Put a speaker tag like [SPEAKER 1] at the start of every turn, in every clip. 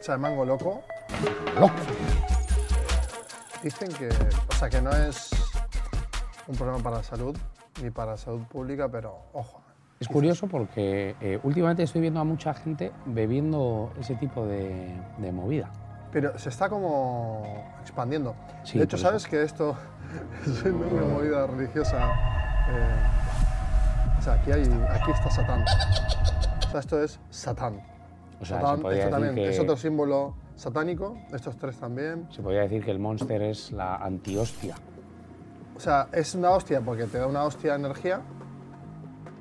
[SPEAKER 1] O sea, el mango loco. ¡Loco! Dicen que. O sea, que no es un problema para la salud ni para la salud pública, pero ojo.
[SPEAKER 2] Es curioso porque eh, últimamente estoy viendo a mucha gente bebiendo ese tipo de, de movida.
[SPEAKER 1] Pero se está como expandiendo.
[SPEAKER 2] Sí,
[SPEAKER 1] de hecho,
[SPEAKER 2] por eso.
[SPEAKER 1] ¿sabes que esto es una movida religiosa? eh, o sea, aquí, hay, aquí está Satán. O sea, esto es Satán.
[SPEAKER 2] O sea,
[SPEAKER 1] Satán,
[SPEAKER 2] se podría
[SPEAKER 1] esto
[SPEAKER 2] decir
[SPEAKER 1] también
[SPEAKER 2] que-
[SPEAKER 1] es otro símbolo satánico, estos tres también.
[SPEAKER 2] Se podría decir que el Monster es la antihostia.
[SPEAKER 1] O sea, es una hostia porque te da una hostia de energía,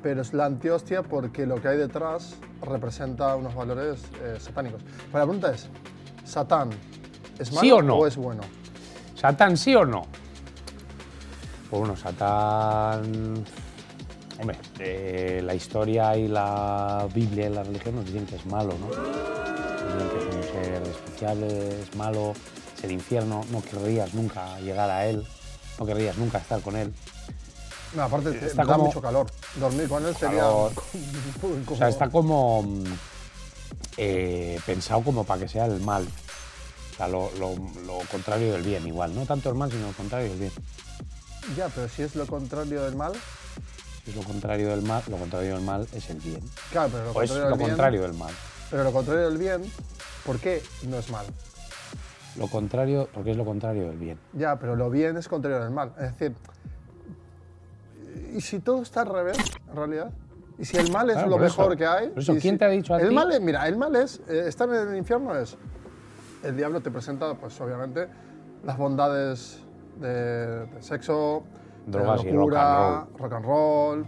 [SPEAKER 1] pero es la antihostia porque lo que hay detrás representa unos valores eh, satánicos. Pero la pregunta es, ¿Satán es malo
[SPEAKER 2] ¿Sí o no?
[SPEAKER 1] o es bueno?
[SPEAKER 2] ¿Satán sí o no? Pues bueno, Satán. Hombre, eh, la historia y la Biblia y la religión nos dicen que es malo, ¿no? Nos dicen que es un ser despreciable, es malo, es el infierno, no querrías nunca llegar a él, no querrías nunca estar con él.
[SPEAKER 1] No, aparte te-
[SPEAKER 2] Está
[SPEAKER 1] da
[SPEAKER 2] como-
[SPEAKER 1] mucho calor. Dormir con él sería...
[SPEAKER 2] Calor.
[SPEAKER 1] como-
[SPEAKER 2] O sea, está como mm, eh, pensado como para que sea el mal. O sea, lo, lo- lo contrario del bien, igual. No tanto el mal, sino lo contrario del bien.
[SPEAKER 1] Ya, pero si es lo contrario del mal...
[SPEAKER 2] Si es lo contrario del mal, lo contrario del mal es el bien.
[SPEAKER 1] Claro, pero lo
[SPEAKER 2] O es
[SPEAKER 1] contrario
[SPEAKER 2] lo
[SPEAKER 1] del bien...
[SPEAKER 2] contrario del mal.
[SPEAKER 1] Pero lo contrario del bien, ¿por qué no es mal?
[SPEAKER 2] Lo contrario, porque es lo contrario del bien.
[SPEAKER 1] Ya, pero lo bien es contrario al mal. Es decir, ¿y si todo está al revés, en realidad? ¿Y si el mal es
[SPEAKER 2] Claro,
[SPEAKER 1] lo
[SPEAKER 2] por eso.
[SPEAKER 1] mejor que hay?
[SPEAKER 2] Por eso,
[SPEAKER 1] ¿Y
[SPEAKER 2] ¿quién
[SPEAKER 1] si-
[SPEAKER 2] te ha dicho a
[SPEAKER 1] el
[SPEAKER 2] ti?
[SPEAKER 1] Mal es- mira, el mal es, eh, estar en el infierno es, el diablo te presenta, pues obviamente, las bondades de, de sexo,
[SPEAKER 2] Drogas
[SPEAKER 1] de
[SPEAKER 2] y
[SPEAKER 1] locura,
[SPEAKER 2] rock and
[SPEAKER 1] rock and roll.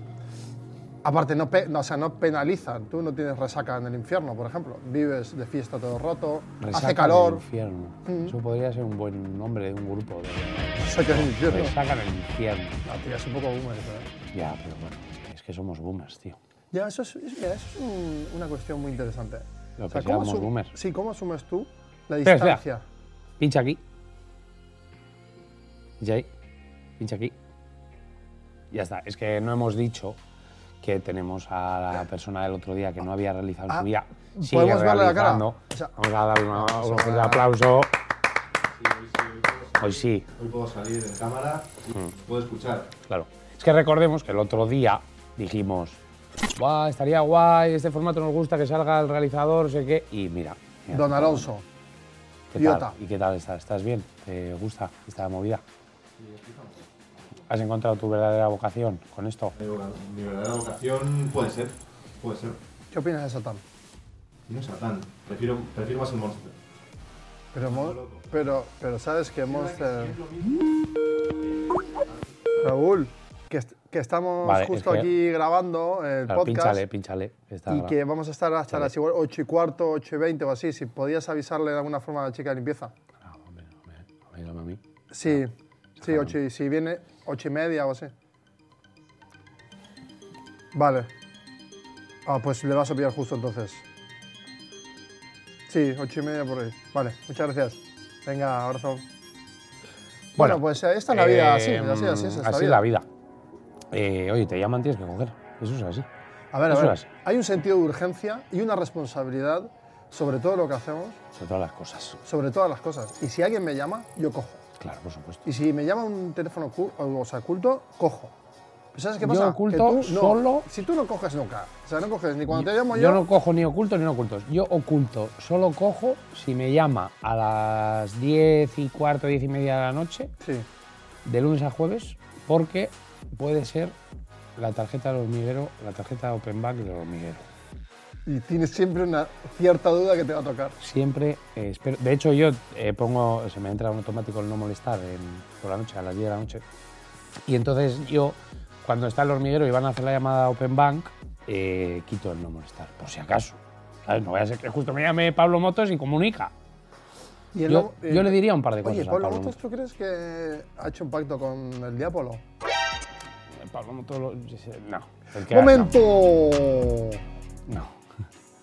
[SPEAKER 1] Aparte, no, pe- no, o sea, no penalizan. Tú no tienes resaca en el infierno, por ejemplo. Vives de fiesta todo roto,
[SPEAKER 2] Resaca
[SPEAKER 1] hace
[SPEAKER 2] del
[SPEAKER 1] calor,
[SPEAKER 2] infierno. Eso podría ser un buen nombre de un grupo. De...
[SPEAKER 1] resaca en el infierno.
[SPEAKER 2] Resaca del infierno.
[SPEAKER 1] Ah, tío, es un poco boomer, eso, ¿eh?
[SPEAKER 2] Ya, pero bueno, es que somos boomers, tío.
[SPEAKER 1] Ya, eso es, es- mira, eso es un- una cuestión muy interesante.
[SPEAKER 2] Lo que llamamos
[SPEAKER 1] asum-
[SPEAKER 2] boomers.
[SPEAKER 1] sí, ¿cómo asumes tú la
[SPEAKER 2] Espera, espera.
[SPEAKER 1] distancia?
[SPEAKER 2] Pincha aquí. Pincha ahí. Pincha aquí. Ya está. Es que no hemos dicho que tenemos a la persona del otro día que no había realizado en
[SPEAKER 1] Ah,
[SPEAKER 2] su vida. Sigue
[SPEAKER 1] ¿podemos verle la cara?
[SPEAKER 2] realizando.
[SPEAKER 1] O sea-
[SPEAKER 2] Vamos a darle una-
[SPEAKER 1] Vamos
[SPEAKER 2] un
[SPEAKER 1] a
[SPEAKER 2] fuerte
[SPEAKER 1] dar-
[SPEAKER 2] aplauso.
[SPEAKER 3] hoy, sí, hoy puedo salir-
[SPEAKER 2] Hoy sí,
[SPEAKER 3] hoy puedo salir en cámara,
[SPEAKER 2] Hmm.
[SPEAKER 3] puedo escuchar.
[SPEAKER 2] claro. Es que recordemos que el otro día dijimos, "Buah, estaría guay, este formato nos gusta, que salga el realizador, no sé qué. Y mira, mira,
[SPEAKER 1] Don Alonso.
[SPEAKER 2] ¿qué
[SPEAKER 1] idiota.
[SPEAKER 2] tal? ¿Y qué tal estás? ¿Estás bien? ¿Te gusta esta movida? ¿Has encontrado tu verdadera vocación con esto?
[SPEAKER 3] Mi voca- Mi verdadera vocación puede ser, puede ser.
[SPEAKER 1] ¿Qué opinas de Satán?
[SPEAKER 3] No Satán, prefiero, prefiero más el monstruo.
[SPEAKER 1] Pero, Mo- pero, pero sabes que Monster. eh, Raúl, que, est- que estamos
[SPEAKER 2] Vale, es
[SPEAKER 1] justo
[SPEAKER 2] que-
[SPEAKER 1] aquí grabando el
[SPEAKER 2] Claro,
[SPEAKER 1] podcast.
[SPEAKER 2] pínchale, pínchale. que está
[SPEAKER 1] Y
[SPEAKER 2] gra-
[SPEAKER 1] que vamos a estar hasta las igual 8 y cuarto, 8 y 20 o así. Si podías avisarle de alguna forma a la chica de limpieza.
[SPEAKER 2] Ah, hombre, hombre, hombre, dame a mí.
[SPEAKER 1] Sí, sí, ocho y- si viene ocho y media o así. Vale. Ah, pues le vas a pillar justo entonces. Sí, ocho y media por ahí. Vale, muchas gracias. Venga, abrazo. Bueno, pues esta es la vida, así, así, así es esta
[SPEAKER 2] Em, así
[SPEAKER 1] vida.
[SPEAKER 2] es la vida. Eh, oye, te llaman, tienes que coger. Eso es así.
[SPEAKER 1] A ver, a
[SPEAKER 2] Eso
[SPEAKER 1] ver.
[SPEAKER 2] es.
[SPEAKER 1] Hay un sentido de urgencia y una responsabilidad sobre todo lo que hacemos,
[SPEAKER 2] Sobre todas las cosas.
[SPEAKER 1] sobre todas las cosas. Y si alguien me llama, yo cojo.
[SPEAKER 2] Claro, por supuesto.
[SPEAKER 1] Y si me llama un teléfono cu- o sea, oculto, cojo. Pero ¿Sabes qué
[SPEAKER 2] Yo
[SPEAKER 1] pasa? Que
[SPEAKER 2] oculto
[SPEAKER 1] tú no-
[SPEAKER 2] solo-
[SPEAKER 1] Si tú no coges nunca, o sea, no coges ni cuando te llamo yo.
[SPEAKER 2] Yo no cojo ni ocultos ni no ocultos. Yo oculto, solo cojo si me llama a las 10 y cuarto, 10 y media de la noche,
[SPEAKER 1] Sí.
[SPEAKER 2] de lunes a jueves, porque puede ser la tarjeta del hormiguero, la tarjeta de Open Bank del hormiguero.
[SPEAKER 1] Y tienes siempre una cierta duda que te va a tocar.
[SPEAKER 2] siempre eh, espero. De hecho, yo eh, pongo, se me entra un automático el no molestar en- por la noche, a las 10 de la noche. Y entonces yo, cuando está el hormiguero y van a hacer la llamada a Open Bank, eh, quito el no molestar, por si acaso. ¿Sabes? No vaya a ser que justo me llame Pablo Motos y comunica.
[SPEAKER 1] Y el
[SPEAKER 2] Yo,
[SPEAKER 1] no- el-
[SPEAKER 2] yo le diría un par de cosas
[SPEAKER 1] Oye,
[SPEAKER 2] a
[SPEAKER 1] Pablo
[SPEAKER 2] Pablo
[SPEAKER 1] Motos,
[SPEAKER 2] Motos.
[SPEAKER 1] ¿tú crees que ha hecho un pacto con el diablo?
[SPEAKER 2] Pablo Motos lo- no. El que-
[SPEAKER 1] ¡Momento!
[SPEAKER 2] No,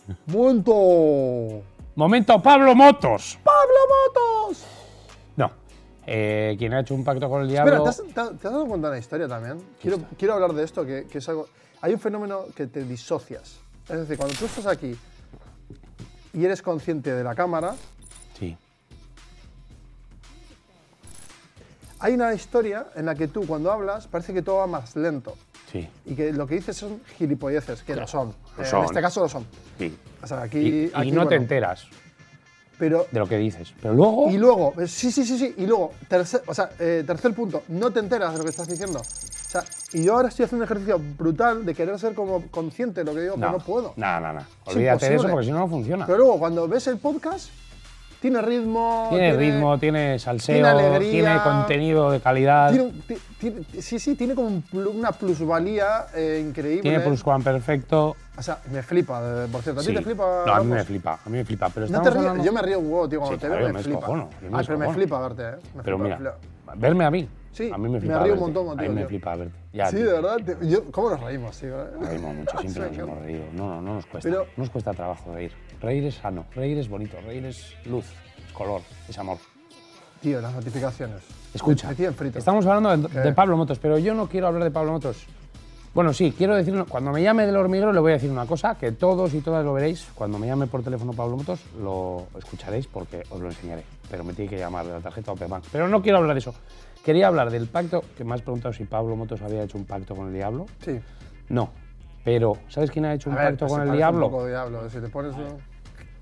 [SPEAKER 2] no.
[SPEAKER 1] ¡Momento!
[SPEAKER 2] ¡Momento, Pablo Motos!
[SPEAKER 1] ¡Pablo Motos!
[SPEAKER 2] No. Eh, quien ha hecho un pacto con el
[SPEAKER 1] Espera,
[SPEAKER 2] diablo.
[SPEAKER 1] ¿te has, te has- te has dado cuenta de la historia también? Quiero, quiero hablar de esto, que, que es algo... Hay un fenómeno que te disocias. Es decir, cuando tú estás aquí y eres consciente de la cámara,
[SPEAKER 2] Sí.
[SPEAKER 1] hay una historia en la que tú cuando hablas parece que todo va más lento
[SPEAKER 2] Sí.
[SPEAKER 1] y que lo que dices son gilipolleces, que lo son.
[SPEAKER 2] Lo
[SPEAKER 1] Eh,
[SPEAKER 2] son.
[SPEAKER 1] En este caso lo son.
[SPEAKER 2] sí.
[SPEAKER 1] O sea,
[SPEAKER 2] Y,
[SPEAKER 1] aquí,
[SPEAKER 2] y
[SPEAKER 1] aquí,
[SPEAKER 2] no te
[SPEAKER 1] ah, bueno,
[SPEAKER 2] enteras
[SPEAKER 1] Pero
[SPEAKER 2] de lo que dices. Pero luego.
[SPEAKER 1] Y luego, eh, sí, sí, sí, sí, y luego, tercer, o sea, eh, tercer punto, no te enteras de lo que estás diciendo. O sea, y yo ahora estoy haciendo un ejercicio brutal de querer ser como consciente de lo que digo, pero no puedo.
[SPEAKER 2] No, no, no.
[SPEAKER 1] Es
[SPEAKER 2] Olvídate de eso
[SPEAKER 1] imposible.
[SPEAKER 2] porque si no, no funciona.
[SPEAKER 1] Pero luego, cuando ves el podcast, tiene ritmo.
[SPEAKER 2] tiene, ritmo, tiene salseo, tiene,
[SPEAKER 1] alegría,
[SPEAKER 2] contenido de calidad,
[SPEAKER 1] tiene
[SPEAKER 2] tiene,
[SPEAKER 1] un- ti- tiene- sí, sí, tiene como un plu- una plusvalía eh, increíble.
[SPEAKER 2] pluscuam perfecto.
[SPEAKER 1] o sea, me flipa, de- por cierto. ¿A ti
[SPEAKER 2] Sí.
[SPEAKER 1] te flipa?
[SPEAKER 2] No, a mí me
[SPEAKER 1] Ramos?
[SPEAKER 2] flipa, a mí me flipa. Pero
[SPEAKER 1] No
[SPEAKER 2] estamos
[SPEAKER 1] te ríes,
[SPEAKER 2] hablando-
[SPEAKER 1] yo me río un huevo, tío, cuando
[SPEAKER 2] Sí,
[SPEAKER 1] te
[SPEAKER 2] claro,
[SPEAKER 1] veo,
[SPEAKER 2] yo
[SPEAKER 1] me,
[SPEAKER 2] me
[SPEAKER 1] flipa.
[SPEAKER 2] descojono, yo me
[SPEAKER 1] ah, pero me
[SPEAKER 2] descojono.
[SPEAKER 1] flipa verte, ¿eh? Me
[SPEAKER 2] Pero
[SPEAKER 1] flipa,
[SPEAKER 2] mira,
[SPEAKER 1] flipa.
[SPEAKER 2] verme a mí.
[SPEAKER 1] Sí,
[SPEAKER 2] a mí me
[SPEAKER 1] me
[SPEAKER 2] flipa.
[SPEAKER 1] río un
[SPEAKER 2] verte.
[SPEAKER 1] montón contigo,
[SPEAKER 2] A mí me
[SPEAKER 1] tío.
[SPEAKER 2] flipa verte. Ya,
[SPEAKER 1] Sí,
[SPEAKER 2] tío.
[SPEAKER 1] de verdad. te- yo- ¿Cómo nos reímos, tío? eh?
[SPEAKER 2] Nos reímos mucho, siempre nos
[SPEAKER 1] Sí,
[SPEAKER 2] hemos reído. No, no, no nos cuesta.
[SPEAKER 1] Pero-
[SPEAKER 2] no nos cuesta trabajo reír. Reír es sano, reír es bonito, reír es luz, es color, es amor.
[SPEAKER 1] Tío, las notificaciones.
[SPEAKER 2] Escucha,
[SPEAKER 1] Me tienen frito.
[SPEAKER 2] estamos hablando de, de Pablo Motos, pero yo no quiero hablar de Pablo Motos. Bueno, sí, quiero decir, una- cuando me llame del hormiguero le voy a decir una cosa, que todos y todas lo veréis, cuando me llame por teléfono Pablo Motos lo escucharéis porque os lo enseñaré, pero me tiene que llamar de la tarjeta Open Bank. Pero no quiero hablar de eso, quería hablar del pacto, que me has preguntado si Pablo Motos había hecho un pacto con el diablo.
[SPEAKER 1] Sí.
[SPEAKER 2] No, pero ¿sabes quién ha hecho un pacto
[SPEAKER 1] pues
[SPEAKER 2] con
[SPEAKER 1] se
[SPEAKER 2] el
[SPEAKER 1] parece
[SPEAKER 2] diablo?
[SPEAKER 1] Un poco diablo. Si te pones un-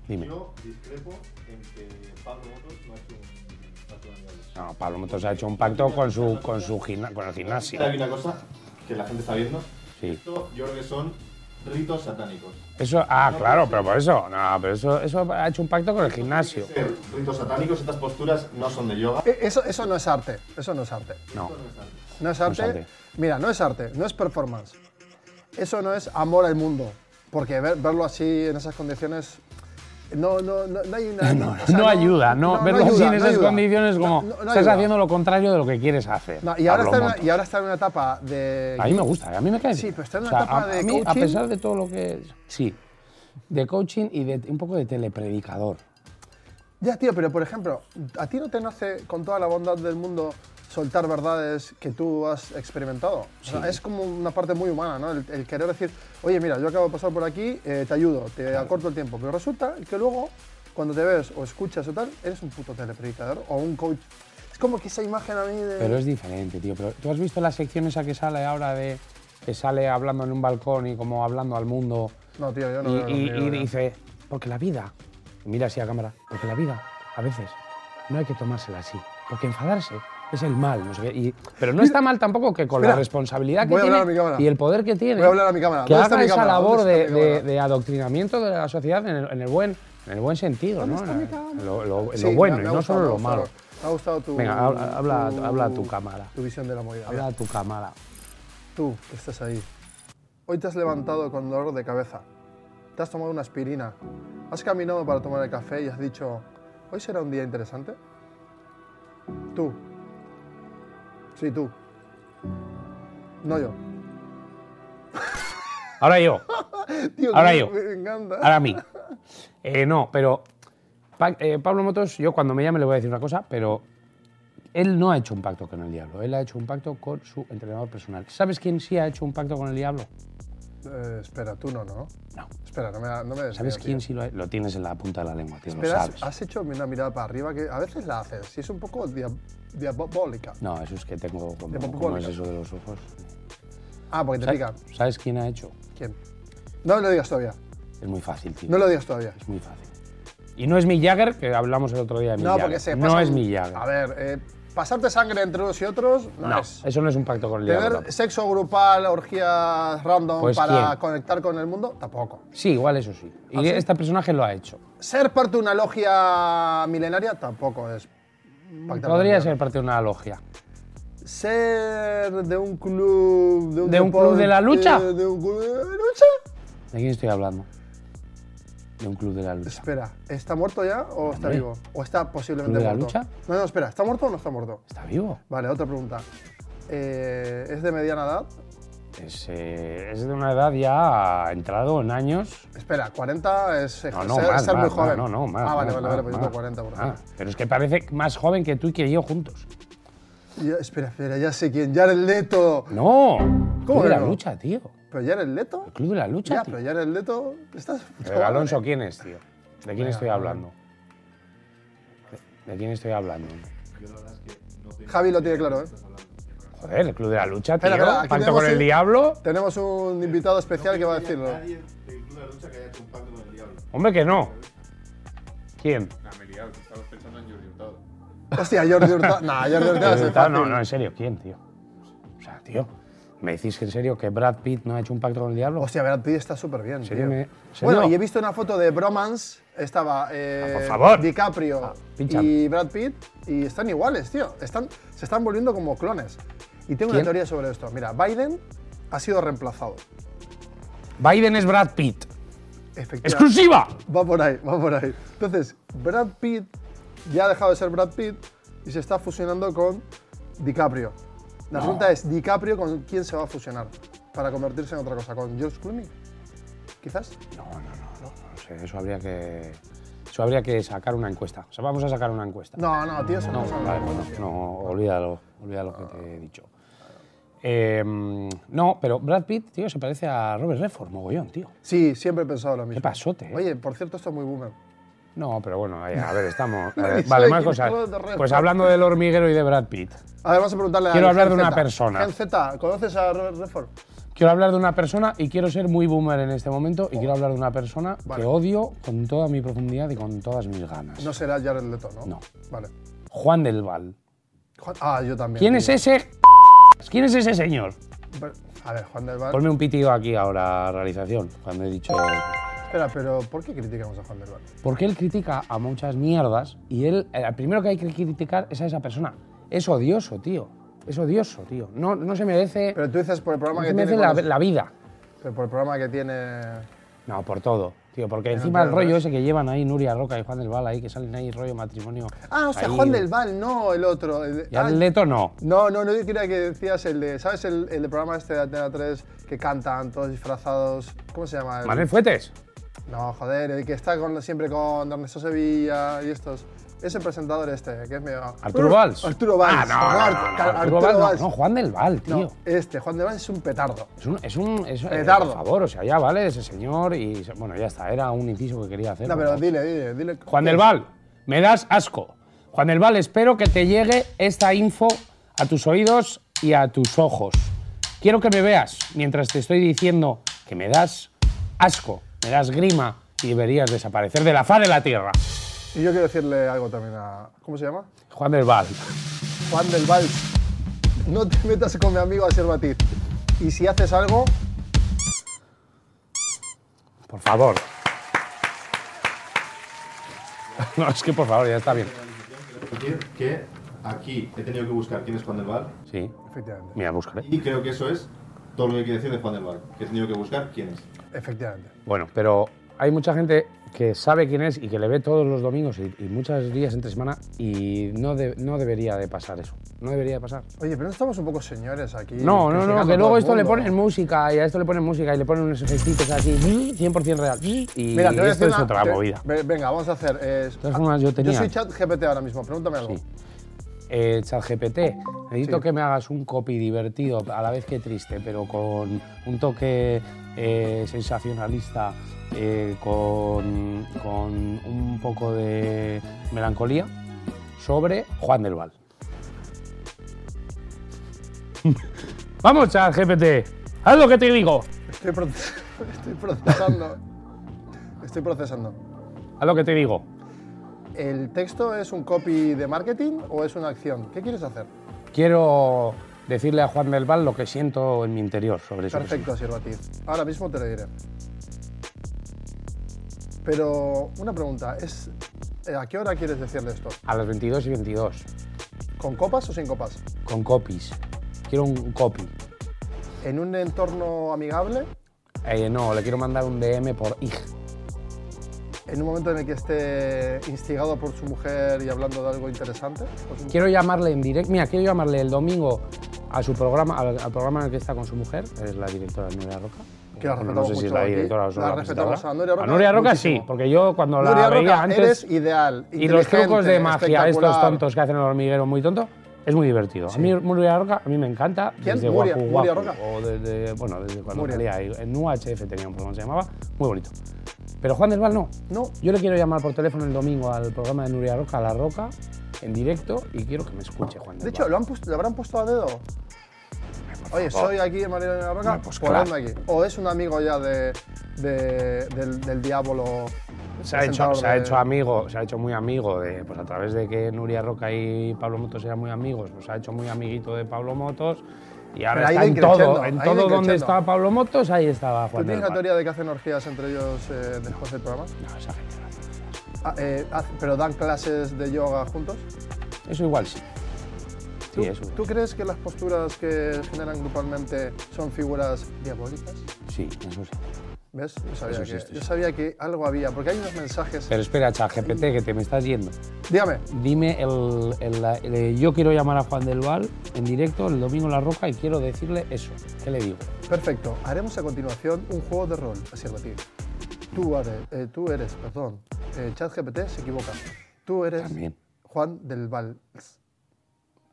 [SPEAKER 2] Dime.
[SPEAKER 3] Yo discrepo en que Pablo Motos no ha hecho un pacto de diablos.
[SPEAKER 2] No, Pablo Motos ha hecho un pacto con su con su gimna- con el gimnasio.
[SPEAKER 3] Hay una cosa que la gente está viendo.
[SPEAKER 2] Sí.
[SPEAKER 3] Esto yo creo que son ritos satánicos.
[SPEAKER 2] Eso, ah, claro, pero por eso, no, pero eso, eso ha hecho un pacto con el gimnasio.
[SPEAKER 3] Ser ritos satánicos, estas posturas no son de yoga.
[SPEAKER 1] Eh, Eso, eso no es arte. Eso no es arte.
[SPEAKER 2] No,
[SPEAKER 1] No es arte.
[SPEAKER 2] arte.
[SPEAKER 1] Mira, no es arte. No es performance. Eso no es amor al mundo. Porque ver- verlo así en esas condiciones. No, no, no, no hay una.
[SPEAKER 2] no,
[SPEAKER 1] o sea,
[SPEAKER 2] no ayuda, no, verlo así
[SPEAKER 1] ayuda,
[SPEAKER 2] en
[SPEAKER 1] no
[SPEAKER 2] esas
[SPEAKER 1] ayuda.
[SPEAKER 2] condiciones
[SPEAKER 1] No,
[SPEAKER 2] como
[SPEAKER 1] no- no
[SPEAKER 2] estás
[SPEAKER 1] ayuda.
[SPEAKER 2] haciendo lo contrario de lo que quieres hacer.
[SPEAKER 1] No, y, ahora
[SPEAKER 2] Pablo
[SPEAKER 1] está en una,
[SPEAKER 2] Motos.
[SPEAKER 1] y ahora está en una etapa de.
[SPEAKER 2] A mí me gusta, a mí me cae.
[SPEAKER 1] Sí,
[SPEAKER 2] bien.
[SPEAKER 1] pero está en
[SPEAKER 2] O
[SPEAKER 1] una
[SPEAKER 2] sea,
[SPEAKER 1] etapa
[SPEAKER 2] a,
[SPEAKER 1] de
[SPEAKER 2] a mí, a
[SPEAKER 1] coaching.
[SPEAKER 2] pesar de todo lo que sí, de coaching y de un poco de telepredicador.
[SPEAKER 1] Ya, tío, pero por ejemplo, ¿a ti no te nace con toda la bondad del mundo soltar verdades que tú has experimentado? O sea, es como una parte muy humana, ¿no? El, el querer decir, oye, mira, yo acabo de pasar por aquí, eh, te ayudo, te acorto el tiempo. Pero resulta que luego, cuando te ves o escuchas o tal, eres un puto telepredicador o un coach. Es como que esa imagen a mí de.
[SPEAKER 2] Pero es diferente, tío. Pero tú has visto la sección esa que sale ahora de que sale hablando en un balcón y como hablando al mundo.
[SPEAKER 1] no, tío, yo no. veo
[SPEAKER 2] y,
[SPEAKER 1] los
[SPEAKER 2] y-
[SPEAKER 1] vídeos,
[SPEAKER 2] y
[SPEAKER 1] ya.
[SPEAKER 2] dice, porque la vida, y mira así a cámara, porque la vida a veces no hay que tomársela así, porque enfadarse es el mal, no sé qué, y- pero no está mal tampoco que con la
[SPEAKER 1] espera,
[SPEAKER 2] responsabilidad que
[SPEAKER 1] voy a hablar a mi
[SPEAKER 2] tiene
[SPEAKER 1] cámara.
[SPEAKER 2] y el poder que tiene,
[SPEAKER 1] Voy a hablar a mi cámara.
[SPEAKER 2] que
[SPEAKER 1] ¿Dónde
[SPEAKER 2] haga
[SPEAKER 1] está mi
[SPEAKER 2] esa
[SPEAKER 1] cámara?
[SPEAKER 2] labor
[SPEAKER 1] ¿Dónde
[SPEAKER 2] de,
[SPEAKER 1] está mi
[SPEAKER 2] de-
[SPEAKER 1] cámara?
[SPEAKER 2] de adoctrinamiento de la sociedad en el, en el buen, en el buen sentido, ¿no? En el- lo, lo- lo
[SPEAKER 1] Sí, me ha-
[SPEAKER 2] bueno
[SPEAKER 1] me
[SPEAKER 2] y
[SPEAKER 1] ha
[SPEAKER 2] no
[SPEAKER 1] gustado,
[SPEAKER 2] solo
[SPEAKER 1] me ha
[SPEAKER 2] lo malo.
[SPEAKER 1] gustado. Me ha gustado tu.
[SPEAKER 2] Venga, habla- habla- habla a tu cámara.
[SPEAKER 1] Tu visión de la movida.
[SPEAKER 2] Habla a tu cámara.
[SPEAKER 1] Tú, que estás ahí, hoy te has levantado con dolor de cabeza, te has tomado una aspirina, has caminado para tomar el café y has dicho, hoy será un día interesante. Tú. Sí, tú. No yo.
[SPEAKER 2] Ahora yo.
[SPEAKER 1] Tío,
[SPEAKER 2] Ahora
[SPEAKER 1] que
[SPEAKER 2] yo.
[SPEAKER 1] Me, me encanta.
[SPEAKER 2] Ahora a mí. Eh, no, pero Pa- eh, Pablo Motos, yo cuando me llame le voy a decir una cosa, pero él no ha hecho un pacto con el diablo, él ha hecho un pacto con su entrenador personal. ¿Sabes quién sí ha hecho un pacto con el diablo?
[SPEAKER 1] Eh, espera, tú no, ¿no?
[SPEAKER 2] No.
[SPEAKER 1] Espera, no me, no me desvío,
[SPEAKER 2] ¿Sabes
[SPEAKER 1] tío.
[SPEAKER 2] quién sí lo ha Lo tienes en la punta de la lengua, tío, lo
[SPEAKER 1] Espera, ah. has,
[SPEAKER 2] sabes.
[SPEAKER 1] has hecho una mirada para arriba que a veces la haces y es un poco dia- diabólica.
[SPEAKER 2] No, eso es que tengo como,
[SPEAKER 1] De
[SPEAKER 2] ¿cómo es
[SPEAKER 1] popcorn.
[SPEAKER 2] eso de los ojos.
[SPEAKER 1] Ah, porque te pica.
[SPEAKER 2] ¿Sabes, sabes quién ha hecho?
[SPEAKER 1] ¿Quién? No lo digas todavía.
[SPEAKER 2] Es muy fácil, tío.
[SPEAKER 1] No lo digas todavía.
[SPEAKER 2] Es muy fácil. Y no es mi Jagger, que hablamos el otro día de mi
[SPEAKER 1] No, porque se
[SPEAKER 2] No
[SPEAKER 1] pasan-
[SPEAKER 2] es mi Jagger.
[SPEAKER 1] A ver, eh, pasarte sangre entre unos y otros no,
[SPEAKER 2] no,
[SPEAKER 1] es.
[SPEAKER 2] eso no es un pacto con el diablo.
[SPEAKER 1] Tener
[SPEAKER 2] tampoco.
[SPEAKER 1] sexo grupal, orgías random
[SPEAKER 2] Pues
[SPEAKER 1] para
[SPEAKER 2] ¿quién?
[SPEAKER 1] conectar con el mundo, tampoco.
[SPEAKER 2] Sí, igual eso sí. Y
[SPEAKER 1] ¿Ah, sí?
[SPEAKER 2] este personaje lo ha hecho.
[SPEAKER 1] Ser parte de una logia milenaria tampoco es. pactar
[SPEAKER 2] Podría
[SPEAKER 1] con
[SPEAKER 2] ser parte de una logia.
[SPEAKER 1] el diablo. Ser de un club. ¿De un,
[SPEAKER 2] ¿De un club de la
[SPEAKER 1] deporte,
[SPEAKER 2] lucha?
[SPEAKER 1] ¿De un club de la lucha?
[SPEAKER 2] ¿De quién estoy hablando? De un club de la lucha.
[SPEAKER 1] Espera, ¿está muerto ya o está
[SPEAKER 2] Hombre.
[SPEAKER 1] vivo? ¿O está posiblemente
[SPEAKER 2] ¿Club de la
[SPEAKER 1] muerto?
[SPEAKER 2] lucha?
[SPEAKER 1] No, no, espera, ¿está muerto o no está muerto?
[SPEAKER 2] ¿Está vivo?
[SPEAKER 1] Vale, otra pregunta. Eh, ¿Es de mediana edad?
[SPEAKER 2] Es, eh, es de una edad ya entrado en años.
[SPEAKER 1] Espera, 40 es eh,
[SPEAKER 2] No, no,
[SPEAKER 1] ser,
[SPEAKER 2] más,
[SPEAKER 1] ser
[SPEAKER 2] más,
[SPEAKER 1] muy
[SPEAKER 2] más,
[SPEAKER 1] joven.
[SPEAKER 2] No, no, más.
[SPEAKER 1] Ah, vale, vale,
[SPEAKER 2] más, más,
[SPEAKER 1] vale, pues yo
[SPEAKER 2] más.
[SPEAKER 1] tengo 40, por
[SPEAKER 2] Ah,
[SPEAKER 1] ejemplo.
[SPEAKER 2] Pero es que parece más joven que tú y que yo juntos.
[SPEAKER 1] Ya, espera, espera, ya sé quién, Jared Leto.
[SPEAKER 2] ¡No! Club
[SPEAKER 1] que
[SPEAKER 2] de la
[SPEAKER 1] no?
[SPEAKER 2] lucha, tío.
[SPEAKER 1] ¿Pero Jared Leto?
[SPEAKER 2] Club de la lucha,
[SPEAKER 1] Ya,
[SPEAKER 2] tío.
[SPEAKER 1] pero Jared Leto, estás...
[SPEAKER 2] Eh,
[SPEAKER 1] ¿eh?
[SPEAKER 2] Pero Alonso, ¿quién es, tío? ¿De quién estoy hablando? ¿De quién estoy hablando?
[SPEAKER 3] Yo la verdad es que no tengo
[SPEAKER 1] Javi lo tiene claro, ¿eh?
[SPEAKER 2] Joder, el Club de la Lucha, tío.
[SPEAKER 1] Espera, espera, aquí
[SPEAKER 2] ¿Pacto
[SPEAKER 1] tenemos
[SPEAKER 2] con el
[SPEAKER 1] el-
[SPEAKER 2] diablo?
[SPEAKER 1] Tenemos un invitado especial que va a decirlo.
[SPEAKER 3] Nadie del Club de la Lucha que haya hecho un pacto con el diablo.
[SPEAKER 2] Hombre, que no. ¿Quién?
[SPEAKER 3] Nah, me he liado, que estabas pensando en Jordi Hurtado.
[SPEAKER 1] Hostia, Jordi Hurtado. Nah, Jordi Hurtado es el
[SPEAKER 2] Está- no,
[SPEAKER 1] fácil.
[SPEAKER 2] no, en serio, ¿quién, tío? O sea, tío, ¿me decís que en serio que Brad Pitt no ha hecho un pacto con el diablo?
[SPEAKER 1] Hostia, Brad Pitt está súper bien.
[SPEAKER 2] serio me- serio?
[SPEAKER 1] Bueno, y he visto una foto de Bromance. Estaba eh,
[SPEAKER 2] Ah, por favor.
[SPEAKER 1] DiCaprio
[SPEAKER 2] Ah, pincha.
[SPEAKER 1] y Brad Pitt y están iguales, tío. Están, se están volviendo como clones. Y tengo
[SPEAKER 2] ¿Quién?
[SPEAKER 1] una teoría sobre esto. Mira, Biden ha sido reemplazado.
[SPEAKER 2] Biden es Brad Pitt.
[SPEAKER 1] Efectivamente.
[SPEAKER 2] ¡Exclusiva!
[SPEAKER 1] Va por ahí, va por ahí. Entonces, Brad Pitt ya ha dejado de ser Brad Pitt y se está fusionando con DiCaprio. La pregunta es, ¿DiCaprio con quién se va a fusionar para convertirse en otra cosa? ¿Con George Clooney? Quizás.
[SPEAKER 2] No, no, no, no, no sé, eso habría que. Eso habría que sacar una encuesta. O sea, vamos a sacar una encuesta.
[SPEAKER 1] No, no, tío, eso no,
[SPEAKER 2] No,
[SPEAKER 1] pasa nada.
[SPEAKER 2] vale, bueno, no, olvídalo, olvídalo que te he dicho. Eh, no, pero Brad Pitt, tío, se parece a Robert Redford, mogollón, tío.
[SPEAKER 1] Sí, siempre he pensado lo mismo.
[SPEAKER 2] Qué pasote, eh.
[SPEAKER 1] Oye, por cierto, esto es muy boomer.
[SPEAKER 2] No, pero bueno, ahí, a ver, estamos. a
[SPEAKER 1] Nadie
[SPEAKER 2] ver,
[SPEAKER 1] sabe
[SPEAKER 2] vale,
[SPEAKER 1] quién
[SPEAKER 2] más
[SPEAKER 1] es
[SPEAKER 2] cosas.
[SPEAKER 1] Robert Redford.
[SPEAKER 2] Pues hablando del hormiguero y de Brad Pitt,
[SPEAKER 1] A ver, vamos a preguntarle a
[SPEAKER 2] Quiero
[SPEAKER 1] la
[SPEAKER 2] hablar
[SPEAKER 1] Gen
[SPEAKER 2] de una
[SPEAKER 1] Z.
[SPEAKER 2] persona.
[SPEAKER 1] Gen Z, ¿conoces a Robert Redford?
[SPEAKER 2] quiero hablar de una persona y quiero ser muy boomer en este momento y quiero hablar de una persona
[SPEAKER 1] Vale.
[SPEAKER 2] que odio con toda mi profundidad y con todas mis ganas.
[SPEAKER 1] No será Jared Leto, ¿no?
[SPEAKER 2] No.
[SPEAKER 1] Vale.
[SPEAKER 2] Juan del Val.
[SPEAKER 1] Juan- ah, yo también.
[SPEAKER 2] ¿Quién
[SPEAKER 1] tío.
[SPEAKER 2] es ese? ¿Quién es ese señor?
[SPEAKER 1] Pero- A ver, Juan del Val.
[SPEAKER 2] Ponme un pitido aquí ahora, realización, cuando he dicho.
[SPEAKER 1] Espera, pero ¿por qué criticamos a Juan del Val?
[SPEAKER 2] Porque él critica a muchas mierdas y él, eh, el primero que hay que criticar es a esa persona. Es odioso, tío. Es odioso, tío. No, no se merece,
[SPEAKER 1] Pero tú dices por el
[SPEAKER 2] no
[SPEAKER 1] programa
[SPEAKER 2] se
[SPEAKER 1] que
[SPEAKER 2] merece
[SPEAKER 1] tiene.
[SPEAKER 2] la,
[SPEAKER 1] con los-
[SPEAKER 2] la vida.
[SPEAKER 1] Pero por el programa que tiene.
[SPEAKER 2] No, por todo, tío. Porque
[SPEAKER 1] Pero
[SPEAKER 2] encima el
[SPEAKER 1] claro,
[SPEAKER 2] rollo
[SPEAKER 1] pero-
[SPEAKER 2] ese que llevan ahí Nuria Roca y Juan del Val ahí, que salen ahí rollo matrimonio.
[SPEAKER 1] Ah, hostia,
[SPEAKER 2] ahí.
[SPEAKER 1] Juan del Val, no el otro. el de-
[SPEAKER 2] Y al
[SPEAKER 1] ah,
[SPEAKER 2] Leto no.
[SPEAKER 1] No, no, no yo quería que decías el de. ¿Sabes el, el de programa este de Antena 3 que cantan todos disfrazados? ¿Cómo se llama? El-
[SPEAKER 2] Manuel Fuetes.
[SPEAKER 1] No, joder, el que está con- siempre con Ernesto Sevilla y estos. Ese presentador este, que es medio.
[SPEAKER 2] Arturo Valls.
[SPEAKER 1] Arturo Valls.
[SPEAKER 2] Ah, no, no,
[SPEAKER 1] Art-
[SPEAKER 2] no, no,
[SPEAKER 1] Car-
[SPEAKER 2] Arturo Valls no, no, Juan del Val, tío.
[SPEAKER 1] No, este, Juan de Valls es un petardo.
[SPEAKER 2] Es un. Es un es, eh,
[SPEAKER 1] Petardo.
[SPEAKER 2] por favor, o sea, ya vale ese señor y. se- Bueno, ya está, era un inciso que quería hacer.
[SPEAKER 1] No,
[SPEAKER 2] por
[SPEAKER 1] pero
[SPEAKER 2] favor.
[SPEAKER 1] dile, dile, dile.
[SPEAKER 2] Juan del Val, me das asco. Juan del Val, espero que te llegue esta info a tus oídos y a tus ojos. Quiero que me veas mientras te estoy diciendo que me das asco, me das grima y deberías desaparecer de la faz de la tierra.
[SPEAKER 1] Y yo quiero decirle algo también a. ¿Cómo se llama?
[SPEAKER 2] Juan del Val.
[SPEAKER 1] Juan del Valls. No te metas con mi amigo Asier Batiz. Y si haces algo,
[SPEAKER 2] Por favor. No, es que por favor, ya está bien.
[SPEAKER 3] Decir que aquí he tenido que buscar quién es Juan del Val
[SPEAKER 2] Sí,
[SPEAKER 1] efectivamente.
[SPEAKER 2] mira, buscaré.
[SPEAKER 3] y creo que eso es todo lo que hay que decir de Juan del Val. Que he tenido que buscar quién es.
[SPEAKER 1] Efectivamente.
[SPEAKER 2] Bueno, pero hay mucha gente que sabe quién es y que le ve todos los domingos y, y muchos días entre semana y no, de- no debería de pasar eso. No debería de pasar.
[SPEAKER 1] Oye, pero no estamos un poco señores aquí.
[SPEAKER 2] No, no, no,
[SPEAKER 1] criticando a
[SPEAKER 2] que
[SPEAKER 1] todo
[SPEAKER 2] luego
[SPEAKER 1] el
[SPEAKER 2] esto le
[SPEAKER 1] mundo.
[SPEAKER 2] ponen música y a esto le ponen música y le ponen unos efectitos así, 100% real. Y
[SPEAKER 1] Mira, te voy a
[SPEAKER 2] esto
[SPEAKER 1] decir
[SPEAKER 2] es
[SPEAKER 1] una-
[SPEAKER 2] otra
[SPEAKER 1] te-
[SPEAKER 2] movida.
[SPEAKER 1] ve- Venga, vamos a hacer. eh,
[SPEAKER 2] todas formas, yo tenía-
[SPEAKER 1] soy chat GPT ahora mismo, pregúntame algo.
[SPEAKER 2] Sí. Eh, ChatGPT, necesito
[SPEAKER 1] Sí.
[SPEAKER 2] que me hagas un copy divertido, a la vez que triste, pero con un toque eh, sensacionalista, eh, con, con un poco de melancolía, sobre Juan del Val. ¡Vamos, ChatGPT! ¡Haz lo que te digo!
[SPEAKER 1] Estoy, proce- estoy procesando. estoy procesando.
[SPEAKER 2] ¡Haz lo que te digo!
[SPEAKER 1] ¿El texto es un copy de marketing o es una acción? ¿Qué quieres hacer?
[SPEAKER 2] Quiero decirle a Juan del Val lo que siento en mi interior sobre eso. que
[SPEAKER 1] Perfecto, Asier Batiz. Ahora mismo te lo diré. Pero una pregunta, es eh, ¿a qué hora quieres decirle esto?
[SPEAKER 2] siento. A las 22 y 22.
[SPEAKER 1] ¿Con copas o sin copas?
[SPEAKER 2] con copies. Quiero un copy.
[SPEAKER 1] ¿En un entorno amigable?
[SPEAKER 2] Eh, no, le quiero mandar un DM por IG.
[SPEAKER 1] ¿En un momento en el que esté instigado por su mujer y hablando de algo interesante? Pues un-
[SPEAKER 2] Quiero llamarle en directo. Mira, quiero llamarle el domingo a su programa, al, al programa en el que está con su mujer. Es la directora Nuria Roca.
[SPEAKER 1] Que la
[SPEAKER 2] Bueno, no
[SPEAKER 1] respetamos
[SPEAKER 2] sé si es
[SPEAKER 1] mucho
[SPEAKER 2] la
[SPEAKER 1] aquí.
[SPEAKER 2] directora o solo
[SPEAKER 1] La
[SPEAKER 2] la,
[SPEAKER 1] respetamos
[SPEAKER 2] presentadora.
[SPEAKER 1] a Nuria Roca
[SPEAKER 2] sí,
[SPEAKER 1] muchísimo.
[SPEAKER 2] porque yo cuando la
[SPEAKER 1] Nuria
[SPEAKER 2] veía
[SPEAKER 1] Roca,
[SPEAKER 2] antes.
[SPEAKER 1] eres ideal.
[SPEAKER 2] y los trucos
[SPEAKER 1] inteligente,
[SPEAKER 2] de magia, estos
[SPEAKER 1] espectacular.
[SPEAKER 2] tontos que hacen el hormiguero muy tonto, Es muy divertido. A mí Muria Roca, a mí me encanta.
[SPEAKER 1] ¿Quién?
[SPEAKER 2] Desde
[SPEAKER 1] Nuria-
[SPEAKER 2] Guapu
[SPEAKER 1] Nuria
[SPEAKER 2] Guapu,
[SPEAKER 1] Roca.
[SPEAKER 2] O desde, bueno, desde cuando
[SPEAKER 1] Nuria.
[SPEAKER 2] salía. ahí. En UHF tenía un programa que se llamaba. Muy bonito. Pero Juan del Val no.
[SPEAKER 1] No,
[SPEAKER 2] Yo le quiero llamar por teléfono el domingo al programa de Nuria Roca, a La Roca, en directo, y quiero que me escuche Juan del
[SPEAKER 1] de hecho,
[SPEAKER 2] Val.
[SPEAKER 1] ¿lo, han puesto- lo habrán puesto a dedo. Oye, soy aquí en María de la Roca,
[SPEAKER 2] Hombre, pues
[SPEAKER 1] ponedme
[SPEAKER 2] claro.
[SPEAKER 1] aquí. O es un amigo ya de, de- del, del diablo.
[SPEAKER 2] se ha, hecho,
[SPEAKER 1] presentador
[SPEAKER 2] se ha
[SPEAKER 1] de-
[SPEAKER 2] hecho amigo, se ha hecho muy amigo, de, pues a través de que Nuria Roca y Pablo Motos eran muy amigos, pues se ha hecho muy amiguito de Pablo Motos y ahora
[SPEAKER 1] ha ido
[SPEAKER 2] está en
[SPEAKER 1] increciendo,
[SPEAKER 2] todo, en
[SPEAKER 1] ha ido
[SPEAKER 2] todo donde
[SPEAKER 1] increciendo.
[SPEAKER 2] estaba Pablo Motos, ahí estaba
[SPEAKER 1] ¿Tú
[SPEAKER 2] Juan
[SPEAKER 1] tienes
[SPEAKER 2] del
[SPEAKER 1] la
[SPEAKER 2] Val.
[SPEAKER 1] teoría de que hacen orgías entre ellos eh, después del programa?
[SPEAKER 2] No, esa gente no hace
[SPEAKER 1] Ah, eh, haz- ¿Pero dan clases de yoga juntos?
[SPEAKER 2] eso. Eso igual sí. Sí,
[SPEAKER 1] ¿Tú,
[SPEAKER 2] eso.
[SPEAKER 1] ¿Tú crees que las posturas que generan grupalmente son figuras diabólicas?
[SPEAKER 2] Sí, eso sí.
[SPEAKER 1] ¿Ves? Yo sabía,
[SPEAKER 2] Eso
[SPEAKER 1] que,
[SPEAKER 2] existe,
[SPEAKER 1] yo
[SPEAKER 2] sí.
[SPEAKER 1] sabía que algo había, porque hay unos mensajes.
[SPEAKER 2] Pero espera, ChatGPT, que te me estás yendo.
[SPEAKER 1] Dígame,
[SPEAKER 2] Dime, el, el- la- el- yo quiero llamar a Juan del Val en directo el domingo en La Roca y quiero decirle eso. ¿Qué le digo?
[SPEAKER 1] perfecto. Haremos a continuación un juego de rol. Así es, Batir. Tú, are- eh, tú eres, perdón, eh, ChatGPT se equivoca. Tú eres
[SPEAKER 2] También.
[SPEAKER 1] Juan del Vals.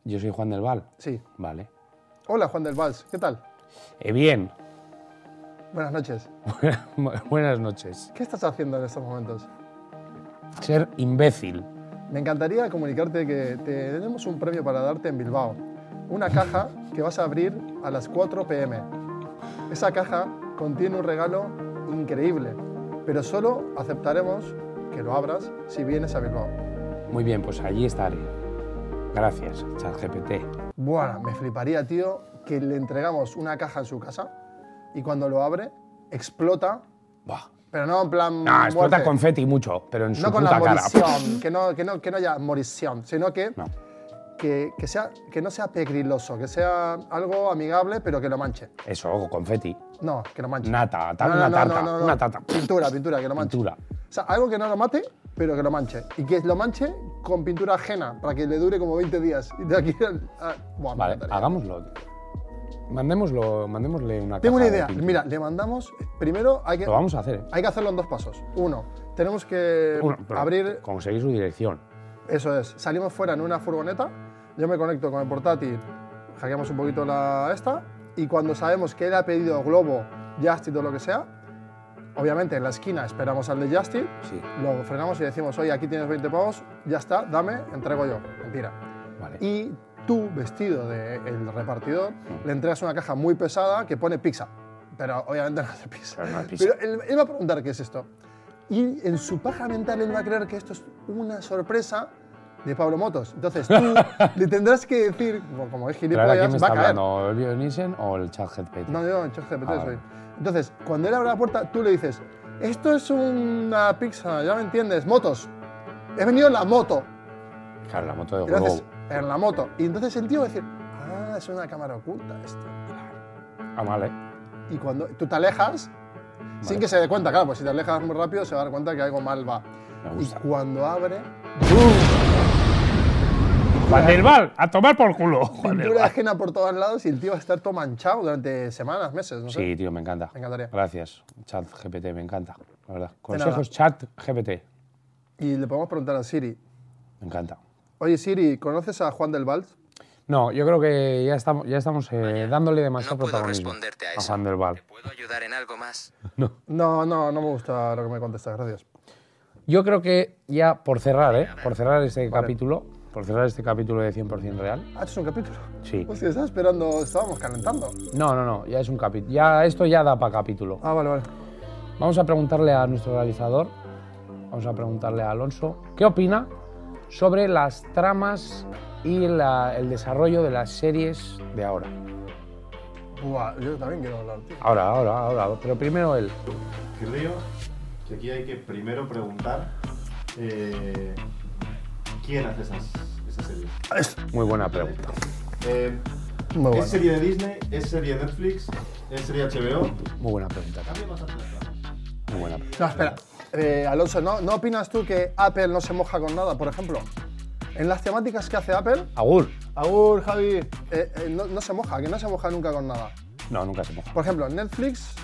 [SPEAKER 2] Yo soy Juan del Val.
[SPEAKER 1] Sí.
[SPEAKER 2] Vale.
[SPEAKER 1] Hola, Juan del Vals, ¿qué tal?
[SPEAKER 2] Eh, bien.
[SPEAKER 1] Buenas noches.
[SPEAKER 2] Buenas noches.
[SPEAKER 1] ¿Qué estás haciendo en estos momentos?
[SPEAKER 2] Ser imbécil.
[SPEAKER 1] Me encantaría comunicarte que te- tenemos un premio para darte en Bilbao. Una caja que vas a abrir a las 4 pm. Esa caja contiene un regalo increíble, pero solo aceptaremos que lo abras si vienes a Bilbao.
[SPEAKER 2] Muy bien, pues allí estaré. Gracias, ChatGPT.
[SPEAKER 1] Bueno, me fliparía, tío, que le entregamos una caja en su casa y cuando lo abre, explota,
[SPEAKER 2] Buah.
[SPEAKER 1] pero no en plan.
[SPEAKER 2] No, explota
[SPEAKER 1] muerte.
[SPEAKER 2] confeti mucho, pero en su
[SPEAKER 1] No con la
[SPEAKER 2] puta cara.
[SPEAKER 1] morición, que no, que, no, que no haya morición, sino que,
[SPEAKER 2] No.
[SPEAKER 1] que, que sea, que no sea pegriloso, que sea algo amigable, pero que lo manche.
[SPEAKER 2] Eso, ojo, confeti.
[SPEAKER 1] No, que lo manche.
[SPEAKER 2] Nata, ta-
[SPEAKER 1] No, no,
[SPEAKER 2] una
[SPEAKER 1] no,
[SPEAKER 2] tarta,
[SPEAKER 1] no, no, no.
[SPEAKER 2] una tarta.
[SPEAKER 1] Pintura, pintura, que lo manche.
[SPEAKER 2] Pintura.
[SPEAKER 1] O sea, algo que no lo mate, pero que lo manche. Y que lo manche con pintura ajena, para que le dure como 20 días. Y de aquí al- a- Buah, me
[SPEAKER 2] Vale,
[SPEAKER 1] encantaría.
[SPEAKER 2] hagámoslo. Mandémoslo, mandémosle una
[SPEAKER 1] Tengo una
[SPEAKER 2] caja de
[SPEAKER 1] idea.
[SPEAKER 2] pintura.
[SPEAKER 1] Mira, le mandamos. Primero hay que,
[SPEAKER 2] Lo vamos a hacer, ¿eh?
[SPEAKER 1] hay que hacerlo en dos pasos. Uno, tenemos que
[SPEAKER 2] Bueno, pero
[SPEAKER 1] abrir
[SPEAKER 2] Conseguir su dirección.
[SPEAKER 1] Eso es, salimos fuera en una furgoneta, yo me conecto con el portátil, hackeamos un poquito la esta, y cuando sabemos que él ha pedido Globo, Justit o lo que sea, obviamente en la esquina esperamos al de Justit,
[SPEAKER 2] Sí,
[SPEAKER 1] lo frenamos y decimos, oye, aquí tienes 20 pavos, ya está, dame, entrego yo. Mentira.
[SPEAKER 2] vale.
[SPEAKER 1] Y tú, vestido del repartidor, le entregas una caja muy pesada que pone pizza. Pero obviamente no hace pizza.
[SPEAKER 2] Pero no es pizza.
[SPEAKER 1] Pero él, él va a preguntar qué es esto. Y en su paja mental él va a creer que esto es una sorpresa de Pablo Motos. Entonces tú le tendrás que decir, como- como es
[SPEAKER 2] Pero ahora, ¿quién
[SPEAKER 1] gilipollas,
[SPEAKER 2] me
[SPEAKER 1] va
[SPEAKER 2] está
[SPEAKER 1] a caer.
[SPEAKER 2] hablando? ¿El Dionisen o el ChatGPT?
[SPEAKER 1] No, yo, ChatGPT
[SPEAKER 2] Ah,
[SPEAKER 1] soy.
[SPEAKER 2] vale.
[SPEAKER 1] Entonces, cuando él abre la puerta, tú le dices, esto es una pizza, ya me entiendes, motos. He venido en la moto.
[SPEAKER 2] Claro, la moto de
[SPEAKER 1] Y lo haces
[SPEAKER 2] Globo.
[SPEAKER 1] en la moto. Y entonces el tío va a decir, ah, es una cámara oculta esto.
[SPEAKER 2] Ah, vale.
[SPEAKER 1] Y cuando tú te alejas, sin que se dé cuenta, claro, pues si te alejas muy rápido se va a dar cuenta que algo mal va.
[SPEAKER 2] Me
[SPEAKER 1] Y
[SPEAKER 2] gusta.
[SPEAKER 1] cuando abre, ¡boom!
[SPEAKER 2] Juan del Val, a tomar por culo. Juan del
[SPEAKER 1] Pintura
[SPEAKER 2] Val.
[SPEAKER 1] ajena por todos lados y el tío va a estar todo manchado durante semanas, meses, no sé.
[SPEAKER 2] Sí, tío, me encanta.
[SPEAKER 1] Me encantaría.
[SPEAKER 2] Gracias, ChatGPT, me encanta. La verdad.
[SPEAKER 1] nada.
[SPEAKER 2] Consejos ChatGPT, me
[SPEAKER 1] Y le podemos preguntar a Siri,
[SPEAKER 2] encanta.
[SPEAKER 1] oye Siri, ¿conoces a Juan del Valls?
[SPEAKER 2] No, yo creo que ya estamos, ya estamos eh, dándole demasiado
[SPEAKER 4] no puedo
[SPEAKER 2] protagonismo
[SPEAKER 4] responderte a
[SPEAKER 2] a
[SPEAKER 4] eso.
[SPEAKER 2] Juan del Val.
[SPEAKER 4] ¿Te puedo ayudar en algo más?
[SPEAKER 1] No, no, no me gusta lo que me contestas, gracias.
[SPEAKER 2] Yo creo que ya por cerrar, ¿eh? Por cerrar este capítulo, por cerrar este capítulo de 100% real.
[SPEAKER 1] Ah, ¿esto es un capítulo.
[SPEAKER 2] Sí.
[SPEAKER 1] Hostia, estaba esperando, estábamos calentando.
[SPEAKER 2] No, no, no, ya es un capítulo. Ya esto ya da para capítulo.
[SPEAKER 1] Ah, vale, vale.
[SPEAKER 2] Vamos a preguntarle a nuestro realizador, vamos a preguntarle a Alonso, ¿qué opina sobre las tramas y la- el desarrollo de las series de ahora?
[SPEAKER 1] Buah, yo también quiero hablar, tío.
[SPEAKER 2] Ahora, ahora, ahora, pero primero él.
[SPEAKER 3] Creo que aquí hay que primero preguntar eh, quién hace esas, esas series.
[SPEAKER 2] Muy buena pregunta.
[SPEAKER 3] Eh,
[SPEAKER 1] Muy bueno.
[SPEAKER 3] ¿Es serie de Disney? ¿Es serie de Netflix? ¿Es serie HBO?
[SPEAKER 2] Muy buena pregunta.
[SPEAKER 3] Cambia bastante la trama.
[SPEAKER 2] Muy buena pregunta.
[SPEAKER 1] No, espera. Eh, Alonso, ¿no, ¿no opinas tú que Apple no se moja con nada, por ejemplo? En las temáticas que hace Apple,
[SPEAKER 2] Agur.
[SPEAKER 1] Agur, Javi, eh, eh, no, no se moja, que no se moja nunca con nada.
[SPEAKER 2] No, nunca se moja.
[SPEAKER 1] Por ejemplo, Netflix,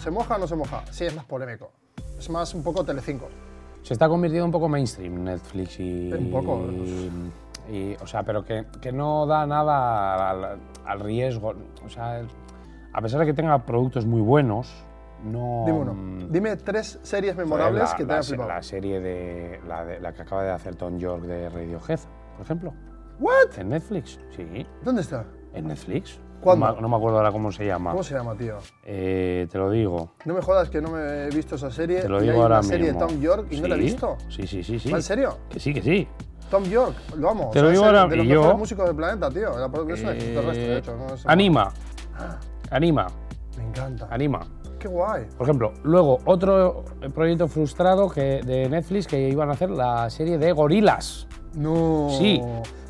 [SPEAKER 1] ¿se moja o no se moja? Sí, es más polémico. Es más un poco Telecinco.
[SPEAKER 2] Se está convirtiendo un poco mainstream Netflix y.
[SPEAKER 1] Un poco,
[SPEAKER 2] y- Y, Y, o sea, pero que, que no da nada al, al riesgo. O sea, a pesar de que tenga productos muy buenos, no.
[SPEAKER 1] Dime uno.
[SPEAKER 2] mm,
[SPEAKER 1] Dime tres series
[SPEAKER 2] joder,
[SPEAKER 1] memorables
[SPEAKER 2] la,
[SPEAKER 1] que te
[SPEAKER 2] la
[SPEAKER 1] hayan
[SPEAKER 2] se-
[SPEAKER 1] flipado.
[SPEAKER 2] la serie de la, de- la que acaba de hacer Tom York de Radiohead, por ejemplo.
[SPEAKER 1] ¿What?
[SPEAKER 2] En Netflix, sí.
[SPEAKER 1] ¿Dónde está?
[SPEAKER 2] En Netflix.
[SPEAKER 1] ¿Cuándo?
[SPEAKER 2] No, me- no me acuerdo ahora cómo se llama.
[SPEAKER 1] ¿Cómo se llama, tío?
[SPEAKER 2] Eh, te lo digo.
[SPEAKER 1] No me jodas que no me he visto esa serie.
[SPEAKER 2] Te lo
[SPEAKER 1] Eh, y
[SPEAKER 2] digo
[SPEAKER 1] hay
[SPEAKER 2] ahora
[SPEAKER 1] una serie
[SPEAKER 2] mismo.
[SPEAKER 1] de Tom York y no la he
[SPEAKER 2] Sí,
[SPEAKER 1] visto.
[SPEAKER 2] Sí, sí, sí. sí.
[SPEAKER 1] ¿Va en serio?
[SPEAKER 2] Que sí, que sí.
[SPEAKER 1] Tom York, lo amo.
[SPEAKER 2] Te lo digo
[SPEAKER 1] es el-
[SPEAKER 2] ahora-
[SPEAKER 1] De los
[SPEAKER 2] y yo-
[SPEAKER 1] mejores músicos del planeta, tío. Era por- Es un extraterrestre, de
[SPEAKER 2] Eh,
[SPEAKER 1] hecho. no es-
[SPEAKER 2] anima. Ah. Anima.
[SPEAKER 1] Me encanta.
[SPEAKER 2] Anima.
[SPEAKER 1] Qué guay.
[SPEAKER 2] Por ejemplo, luego otro proyecto frustrado que, de Netflix que iban a hacer la serie de gorilas.
[SPEAKER 1] No.
[SPEAKER 2] Sí.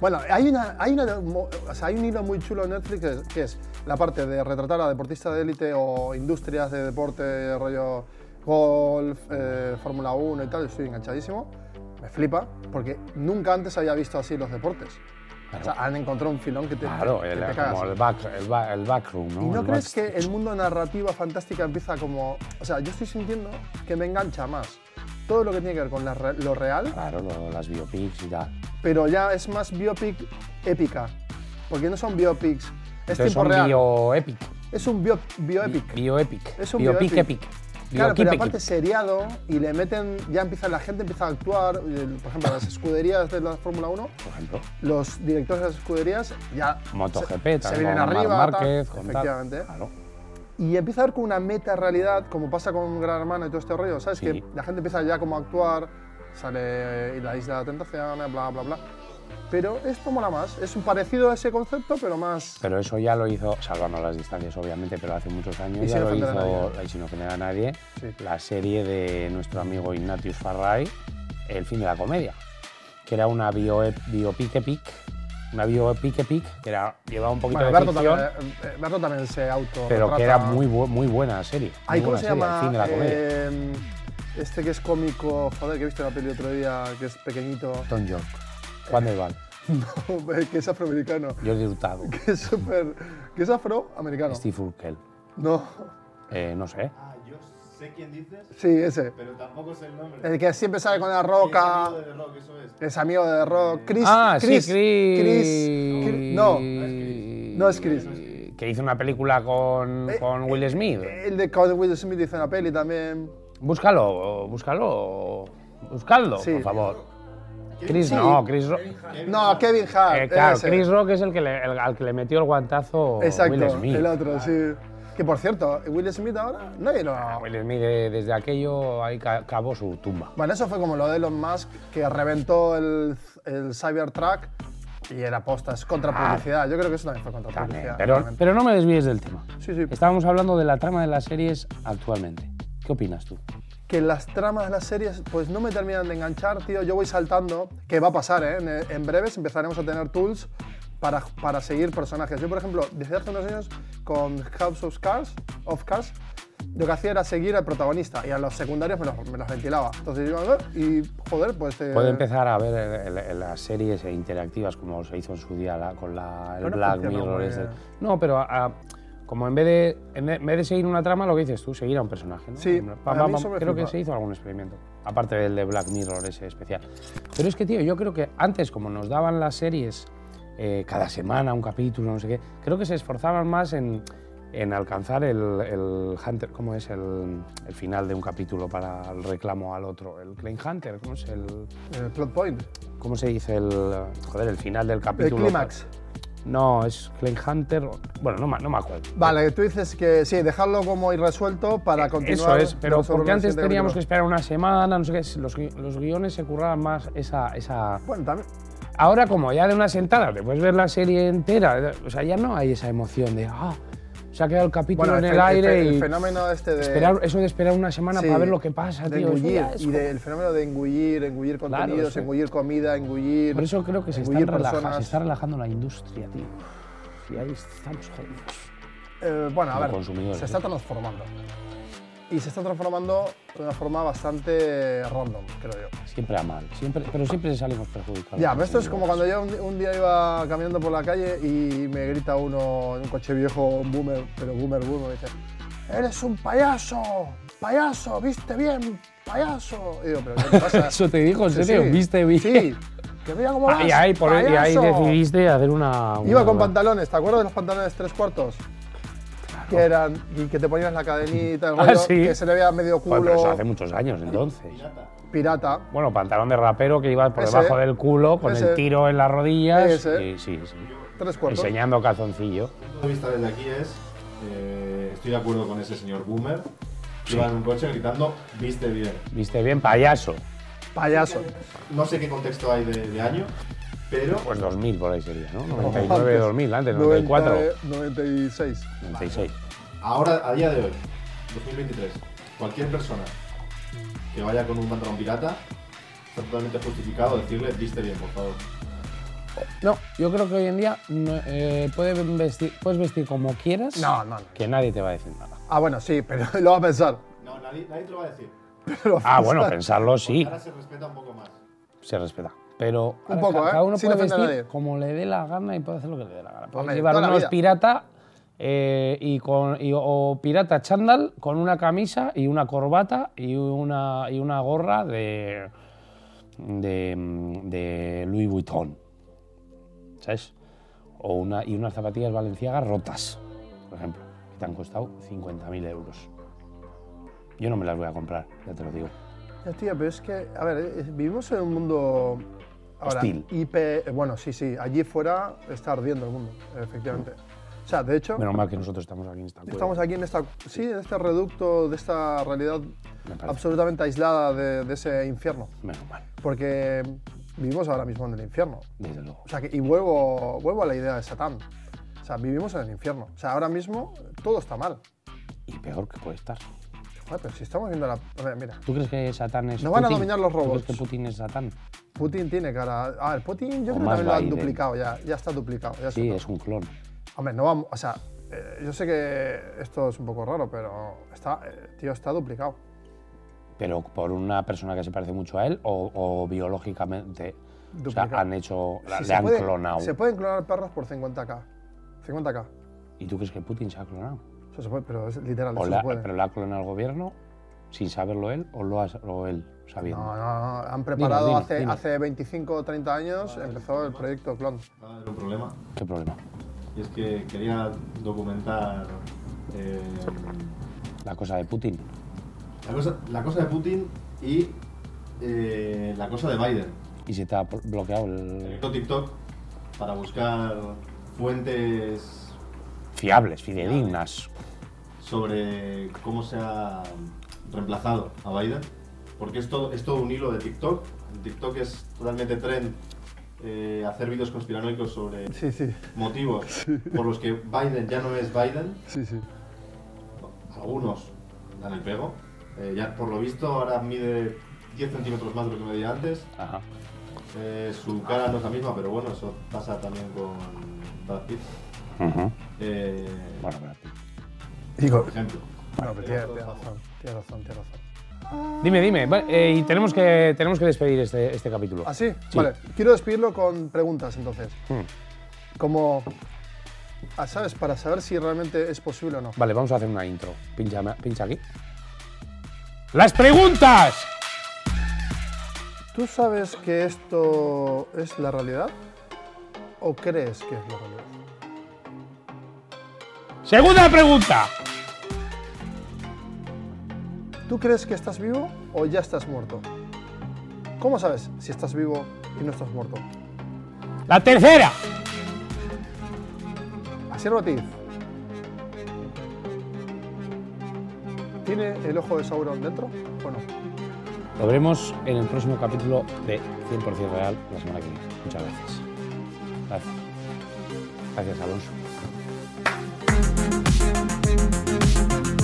[SPEAKER 1] Bueno, hay, una, hay, una, mo- o sea, hay un hilo muy chulo en Netflix que es, que es la parte de retratar a deportistas de élite o industrias de deporte, rollo golf, eh, Fórmula 1 y tal. Estoy enganchadísimo. Me flipa porque nunca antes había visto así los deportes. O sea, han encontrado un filón que te,
[SPEAKER 2] Claro,
[SPEAKER 1] que
[SPEAKER 2] el,
[SPEAKER 1] te cagas.
[SPEAKER 2] como el, back, el, ba- el backroom, ¿no?
[SPEAKER 1] ¿Y no
[SPEAKER 2] El
[SPEAKER 1] crees que
[SPEAKER 2] back-
[SPEAKER 1] el mundo narrativa fantástica empieza como.? O sea, yo estoy sintiendo que me engancha más todo lo que tiene que ver con la re- lo real,
[SPEAKER 2] Claro, lo- las biopics y tal.
[SPEAKER 1] pero ya es más biopic épica. Porque no son biopics. Es
[SPEAKER 2] Entonces
[SPEAKER 1] tipo
[SPEAKER 2] son
[SPEAKER 1] real.
[SPEAKER 2] bioepic.
[SPEAKER 1] Es un bio, bioepic.
[SPEAKER 2] Bi- Bioepic.
[SPEAKER 1] Es un
[SPEAKER 2] biopic
[SPEAKER 1] bioepic.
[SPEAKER 2] epic.
[SPEAKER 1] Claro, pero
[SPEAKER 2] Bioepic
[SPEAKER 1] aparte
[SPEAKER 2] epic.
[SPEAKER 1] seriado y le meten. Ya empieza la gente empieza a actuar. el- Por ejemplo, las escuderías de la Fórmula 1,
[SPEAKER 2] Por ejemplo,
[SPEAKER 1] los directores de las escuderías ya. se-
[SPEAKER 2] MotoGP,
[SPEAKER 1] se,
[SPEAKER 2] tal,
[SPEAKER 1] vienen
[SPEAKER 2] con Marc
[SPEAKER 1] arriba. tal.
[SPEAKER 2] Márquez, con tal.
[SPEAKER 1] efectivamente.
[SPEAKER 2] Claro.
[SPEAKER 1] Y empieza a ver con una meta realidad, como pasa con Gran Hermano y todo este rollo, ¿sabes?
[SPEAKER 2] Sí.
[SPEAKER 1] Que la gente empieza ya como a actuar, sale eh, la isla de la tentación, bla, bla, bla. Pero esto mola más, es un parecido a ese concepto, pero más...
[SPEAKER 2] Pero eso ya lo hizo, salvando las distancias obviamente, pero hace muchos años
[SPEAKER 1] Y
[SPEAKER 2] ya
[SPEAKER 1] sin
[SPEAKER 2] lo
[SPEAKER 1] ofender a
[SPEAKER 2] hizo,
[SPEAKER 1] nadie.
[SPEAKER 2] y sin ofender a nadie,
[SPEAKER 1] Sí.
[SPEAKER 2] la serie de nuestro amigo Ignatius Farray, El fin de la comedia, que era una bioe- biopic epic, una biopic epic, que era, llevaba un poquito
[SPEAKER 1] Bueno,
[SPEAKER 2] de
[SPEAKER 1] Berto
[SPEAKER 2] ficción,
[SPEAKER 1] también, eh, Berto también se auto.
[SPEAKER 2] pero que era muy, bu- muy buena serie.
[SPEAKER 1] Ay,
[SPEAKER 2] muy
[SPEAKER 1] ¿Cómo
[SPEAKER 2] buena
[SPEAKER 1] se
[SPEAKER 2] serie, El
[SPEAKER 1] llama?
[SPEAKER 2] fin de la comedia.
[SPEAKER 1] Eh, este que es cómico, joder, que he visto en la peli otro día, que es pequeñito,
[SPEAKER 2] Tom York, Juan del Val,
[SPEAKER 1] que es afroamericano,
[SPEAKER 2] Jordi Hurtado,
[SPEAKER 1] que es súper... que es afroamericano.
[SPEAKER 2] Steve Urkel,
[SPEAKER 1] No,
[SPEAKER 2] eh, no sé,
[SPEAKER 3] Ah, yo sé quién dices,
[SPEAKER 1] sí, ese.
[SPEAKER 3] pero tampoco sé el nombre.
[SPEAKER 1] El que siempre sale con la
[SPEAKER 3] Y es
[SPEAKER 1] roca.
[SPEAKER 3] amigo de rock, eso es.
[SPEAKER 1] Es amigo de Rock. Chris.
[SPEAKER 2] ah,
[SPEAKER 1] Chris,
[SPEAKER 2] sí, Chris.
[SPEAKER 1] Chris, Chris- No, No es Chris. Eh,
[SPEAKER 2] Que hizo una película con, con Will Smith.
[SPEAKER 1] el de Cowboy Will Smith hizo una peli también.
[SPEAKER 2] Búscalo, búscalo. Buscadlo,
[SPEAKER 1] Sí.
[SPEAKER 2] por favor. Chris,
[SPEAKER 1] Sí. Ah,
[SPEAKER 2] no, Chris Rock.
[SPEAKER 1] No, Kevin Hart.
[SPEAKER 2] Eh, claro,
[SPEAKER 1] ese.
[SPEAKER 2] Chris Rock es el que le- el- al que le metió el guantazo
[SPEAKER 1] Exacto,
[SPEAKER 2] Will Smith.
[SPEAKER 1] el otro, sí. Que por cierto, Will Smith ahora nadie lo.
[SPEAKER 2] Ah, Will Smith eh, desde aquello ahí ca- cavó su tumba.
[SPEAKER 1] Bueno, eso fue como lo de Elon Musk que reventó el, el Cybertruck y era posta, es contra publicidad. Yo creo que eso también fue contra
[SPEAKER 2] También,
[SPEAKER 1] publicidad.
[SPEAKER 2] eh, pero,
[SPEAKER 1] realmente.
[SPEAKER 2] pero no me desvíes del tema.
[SPEAKER 1] Sí, sí.
[SPEAKER 2] Estábamos hablando de la trama de las series actualmente. ¿Qué opinas tú?
[SPEAKER 1] que las tramas de las series pues no me terminan de enganchar, tío. Yo voy saltando, que va a pasar, ¿eh? En, en breves empezaremos a tener tools para, para seguir personajes. Yo, por ejemplo, desde hace unos años con House of Cards, of Cards lo que hacía era seguir al protagonista y a los secundarios me los, me los ventilaba. Entonces yo iba a ver y, joder, pues... eh,
[SPEAKER 2] Puede empezar a ver el- el- las series interactivas como se hizo en su día la- con la, el
[SPEAKER 1] Pero no
[SPEAKER 2] Black
[SPEAKER 1] funciona
[SPEAKER 2] Mirror.
[SPEAKER 1] muy
[SPEAKER 2] este.
[SPEAKER 1] bien.
[SPEAKER 2] No, pero a- a- como en vez, de, en e, en vez de seguir una trama, lo que dices tú, seguir a un personaje. ¿no?
[SPEAKER 1] Sí,
[SPEAKER 2] Pam,
[SPEAKER 1] a
[SPEAKER 2] pam,
[SPEAKER 1] mí
[SPEAKER 2] pam.
[SPEAKER 1] eso me
[SPEAKER 2] creo que
[SPEAKER 1] flipa.
[SPEAKER 2] se hizo algún experimento. Aparte del de Black Mirror ese especial. Pero es que, tío, yo creo que antes, como nos daban las series eh, cada semana, un capítulo, no sé qué, creo que se esforzaban más en, en alcanzar el, el Hunter, ¿cómo es? El, el final de un capítulo para el reclamo al otro. El Claim Hunter, ¿cómo es? El,
[SPEAKER 1] eh, plot point.
[SPEAKER 2] ¿Cómo se dice el. Joder, el final del
[SPEAKER 1] El
[SPEAKER 2] capítulo?
[SPEAKER 1] clímax.
[SPEAKER 2] No, es Clay Hunter. Bueno, no, me- no me acuerdo.
[SPEAKER 1] Vale, tú dices que sí, dejarlo como irresuelto para
[SPEAKER 2] Eso
[SPEAKER 1] continuar.
[SPEAKER 2] es, pero
[SPEAKER 1] sobre
[SPEAKER 2] porque
[SPEAKER 1] el
[SPEAKER 2] antes
[SPEAKER 1] siguiente
[SPEAKER 2] teníamos que
[SPEAKER 1] capítulo.
[SPEAKER 2] esperar una semana, no sé qué, los, gui- los guiones se curraban más esa, esa.
[SPEAKER 1] Bueno, también...
[SPEAKER 2] Ahora, como ya de una sentada te puedes ver la serie entera, o sea, ya no hay esa emoción de. ¡Ah! Se ha quedado el capítulo
[SPEAKER 1] Bueno, el
[SPEAKER 2] en el,
[SPEAKER 1] fe- el fe-
[SPEAKER 2] aire
[SPEAKER 1] el
[SPEAKER 2] y.
[SPEAKER 1] fenómeno este de-
[SPEAKER 2] Esperar, eso de esperar una semana
[SPEAKER 1] Sí,
[SPEAKER 2] para ver lo que pasa,
[SPEAKER 1] de
[SPEAKER 2] tío. eso
[SPEAKER 1] engullir,
[SPEAKER 2] ya es
[SPEAKER 1] y del fenómeno de engullir, engullir
[SPEAKER 2] Claro,
[SPEAKER 1] contenidos,
[SPEAKER 2] eso.
[SPEAKER 1] engullir comida, engullir.
[SPEAKER 2] Por eso creo que se,
[SPEAKER 1] engullir
[SPEAKER 2] están relaja,
[SPEAKER 1] personas.
[SPEAKER 2] se está relajando la industria, tío. Y ahí estamos jodidos.
[SPEAKER 1] Eh, bueno, a
[SPEAKER 2] como
[SPEAKER 1] ver,
[SPEAKER 2] consumidores,
[SPEAKER 1] se está
[SPEAKER 2] ¿eh?
[SPEAKER 1] transformando. Y se está transformando de una forma bastante random, creo yo.
[SPEAKER 2] Siempre a mal, siempre, pero siempre salimos perjudicados.
[SPEAKER 1] Ya, pero esto es como cuando yo un, un día iba caminando por la calle y me grita uno en un coche viejo, un boomer, pero boomer, boomer, me dice, ¡Eres un payaso! ¡Payaso! ¡Viste bien! ¡Payaso! Y digo, pero ¿qué te pasa?
[SPEAKER 2] Eso te dijo, en
[SPEAKER 1] Sí,
[SPEAKER 2] serio,
[SPEAKER 1] sí.
[SPEAKER 2] viste bien.
[SPEAKER 1] Sí, Que mira cómo vas,
[SPEAKER 2] Ah, y ahí, por- y ahí
[SPEAKER 1] payaso.
[SPEAKER 2] decidiste hacer una.
[SPEAKER 1] Iba
[SPEAKER 2] una-
[SPEAKER 1] con pantalones, ¿te acuerdas de los pantalones tres cuartos? Que eran, y que te ponías la cadenita, el
[SPEAKER 2] Ah,
[SPEAKER 1] rollo,
[SPEAKER 2] sí.
[SPEAKER 1] que se le veía medio culo,
[SPEAKER 2] Joder, pero eso hace muchos años entonces.
[SPEAKER 1] pirata.
[SPEAKER 2] Bueno, pantalón de rapero que ibas por
[SPEAKER 1] Ese.
[SPEAKER 2] debajo del culo con
[SPEAKER 1] Ese.
[SPEAKER 2] el tiro en las rodillas.
[SPEAKER 1] Ese.
[SPEAKER 2] Y, sí, sí.
[SPEAKER 1] Tres cuartos.
[SPEAKER 2] Enseñando calzoncillo.
[SPEAKER 3] Mi punto de vista desde aquí es, eh, estoy de acuerdo con ese señor Boomer, que iba en un coche gritando, viste bien.
[SPEAKER 2] Viste bien, payaso.
[SPEAKER 1] Payaso.
[SPEAKER 3] No sé qué contexto hay de, de año, pero
[SPEAKER 2] Pues 2000 por ahí sería, ¿no?
[SPEAKER 1] Antes,
[SPEAKER 2] 99, 2000, antes, 94,
[SPEAKER 1] 96.
[SPEAKER 2] 96.
[SPEAKER 3] ahora, a día de hoy, 2023, cualquier persona que vaya con un pantalón pirata, está totalmente justificado decirle, viste bien, por favor.
[SPEAKER 2] No, yo creo que hoy en día no, eh, puedes, vestir, puedes vestir como quieras.
[SPEAKER 1] No, no, no.
[SPEAKER 2] Que nadie te va a decir nada.
[SPEAKER 1] Ah, bueno, sí, pero lo vas a pensar.
[SPEAKER 3] No, nadie, nadie te lo va a decir.
[SPEAKER 2] Ah, bueno, pensarlo sí,
[SPEAKER 3] Ahora se respeta un poco más.
[SPEAKER 2] se respeta. Pero
[SPEAKER 1] Un
[SPEAKER 2] ahora
[SPEAKER 1] poco,
[SPEAKER 2] ca-
[SPEAKER 1] ¿eh?
[SPEAKER 2] cada uno
[SPEAKER 1] Sin
[SPEAKER 2] puede
[SPEAKER 1] ofender a
[SPEAKER 2] vestir
[SPEAKER 1] nadie.
[SPEAKER 2] como le dé la gana y puede hacer lo que le dé la gana. Puedes
[SPEAKER 1] Hombre,
[SPEAKER 2] llevar
[SPEAKER 1] toda la
[SPEAKER 2] unos
[SPEAKER 1] vida.
[SPEAKER 2] pirata eh, y con, y- o pirata chándal con una camisa y una corbata y una, y una gorra de, de, de Louis Vuitton. ¿Sabes? O una, y unas zapatillas valenciagas rotas, por ejemplo, que te han costado 50.000 euros. Yo no me las voy a comprar, ya te lo digo.
[SPEAKER 1] Ya, tío, pero es que, a ver, eh, vivimos en un mundo. Ahora,
[SPEAKER 2] Hostil.
[SPEAKER 1] hiper- eh, bueno, sí, sí, allí fuera está ardiendo el mundo, efectivamente.
[SPEAKER 2] Mm.
[SPEAKER 1] O sea, de hecho,
[SPEAKER 2] Menos mal que nosotros estamos aquí en esta cueva.
[SPEAKER 1] estamos aquí en, esta, sí, en este reducto de esta realidad
[SPEAKER 2] Me parece.
[SPEAKER 1] absolutamente aislada de, de ese infierno.
[SPEAKER 2] Menos mal,
[SPEAKER 1] Porque vivimos ahora mismo en el infierno.
[SPEAKER 2] desde luego.
[SPEAKER 1] O sea, que, y vuelvo, vuelvo a la idea de Satán. O sea, vivimos en el infierno. O sea, ahora mismo todo está mal.
[SPEAKER 2] Y peor que puede estar.
[SPEAKER 1] Joder, pero si estamos viendo la. a ver, mira,
[SPEAKER 2] ¿Tú crees que Satán es
[SPEAKER 1] No van a
[SPEAKER 2] Putin?
[SPEAKER 1] dominar los
[SPEAKER 2] ¿Tú crees
[SPEAKER 1] robots.
[SPEAKER 2] que Putin es Satán?
[SPEAKER 1] Putin tiene cara. A ver, Putin yo creo
[SPEAKER 2] O
[SPEAKER 1] que
[SPEAKER 2] más
[SPEAKER 1] también lo han
[SPEAKER 2] Biden.
[SPEAKER 1] duplicado ya. Ya está duplicado. ya
[SPEAKER 2] Sí,
[SPEAKER 1] está.
[SPEAKER 2] es un clon.
[SPEAKER 1] Hombre, no vamos. O sea, eh, yo sé que esto es un poco raro, pero está, eh, tío, está duplicado.
[SPEAKER 2] Pero por una persona que se parece mucho a él o, o biológicamente. O
[SPEAKER 1] Duplicado.
[SPEAKER 2] sea, han hecho. la-
[SPEAKER 1] Si
[SPEAKER 2] le
[SPEAKER 1] se
[SPEAKER 2] han
[SPEAKER 1] puede-
[SPEAKER 2] clonado.
[SPEAKER 1] Se pueden clonar perros por 50k. 50k.
[SPEAKER 2] ¿Y tú crees que Putin se ha clonado?
[SPEAKER 1] Eso se puede, pero es literal,
[SPEAKER 2] O
[SPEAKER 1] eso
[SPEAKER 2] la-
[SPEAKER 1] se puede.
[SPEAKER 2] ¿Pero lo ha clonado el gobierno sin saberlo él o lo ha, o él sabiendo?
[SPEAKER 1] No, no, no. Han preparado
[SPEAKER 2] dime,
[SPEAKER 1] hace,
[SPEAKER 2] dime.
[SPEAKER 1] hace 25 o 30 años, empezó el proyecto clon.
[SPEAKER 3] Va a haber un problema.
[SPEAKER 2] ¿Qué problema?
[SPEAKER 3] Y es que quería documentar eh,
[SPEAKER 2] La cosa de Putin.
[SPEAKER 3] la, cosa, la cosa de Putin y eh, la cosa de Biden.
[SPEAKER 2] Y se te ha blo- bloqueado el.
[SPEAKER 3] Abierto TikTok para buscar fuentes
[SPEAKER 2] Fiables, fidedignas.
[SPEAKER 3] sobre cómo se ha reemplazado a Biden. Porque es todo, es todo un hilo de TikTok. En TikTok es totalmente tren hacer vídeos conspiranoicos sobre
[SPEAKER 1] Sí, sí,
[SPEAKER 3] motivos por los que Biden ya no es Biden.
[SPEAKER 1] sí, sí.
[SPEAKER 3] Algunos dan el pego. Eh, ya por lo visto ahora mide 10 centímetros más de lo que medía antes.
[SPEAKER 2] Ajá.
[SPEAKER 3] Eh, su cara no es la misma, pero bueno, eso pasa también con Brad Pitt.
[SPEAKER 2] Ujú.
[SPEAKER 3] Eh,
[SPEAKER 2] Bueno, espérate.
[SPEAKER 1] Digo,
[SPEAKER 3] por ejemplo.
[SPEAKER 1] no, pero tiene, tiene razón, tiene razón, tiene razón.
[SPEAKER 2] Dime, dime. va- eh, y tenemos que, tenemos que despedir este, este capítulo.
[SPEAKER 1] ¿Ah, sí?
[SPEAKER 2] Sí.
[SPEAKER 1] Vale, quiero despedirlo con preguntas entonces.
[SPEAKER 2] Hmm.
[SPEAKER 1] Como, ah, ¿sabes? Para saber si realmente es posible o no.
[SPEAKER 2] Vale, vamos a hacer una intro. Pincha, pincha aquí. ¡Las preguntas!
[SPEAKER 1] ¿Tú sabes que esto es la realidad? ¿O crees que es la realidad?
[SPEAKER 2] Segunda pregunta.
[SPEAKER 1] ¿Tú crees que estás vivo o ya estás muerto? ¿Cómo sabes si estás vivo y no estás muerto?
[SPEAKER 2] La tercera.
[SPEAKER 1] Asier Batiz. ¿Tiene el ojo de Sauron dentro o no?
[SPEAKER 2] Lo veremos en el próximo capítulo de 100% Real la semana que viene. Muchas gracias. Gracias. Gracias, Alonso.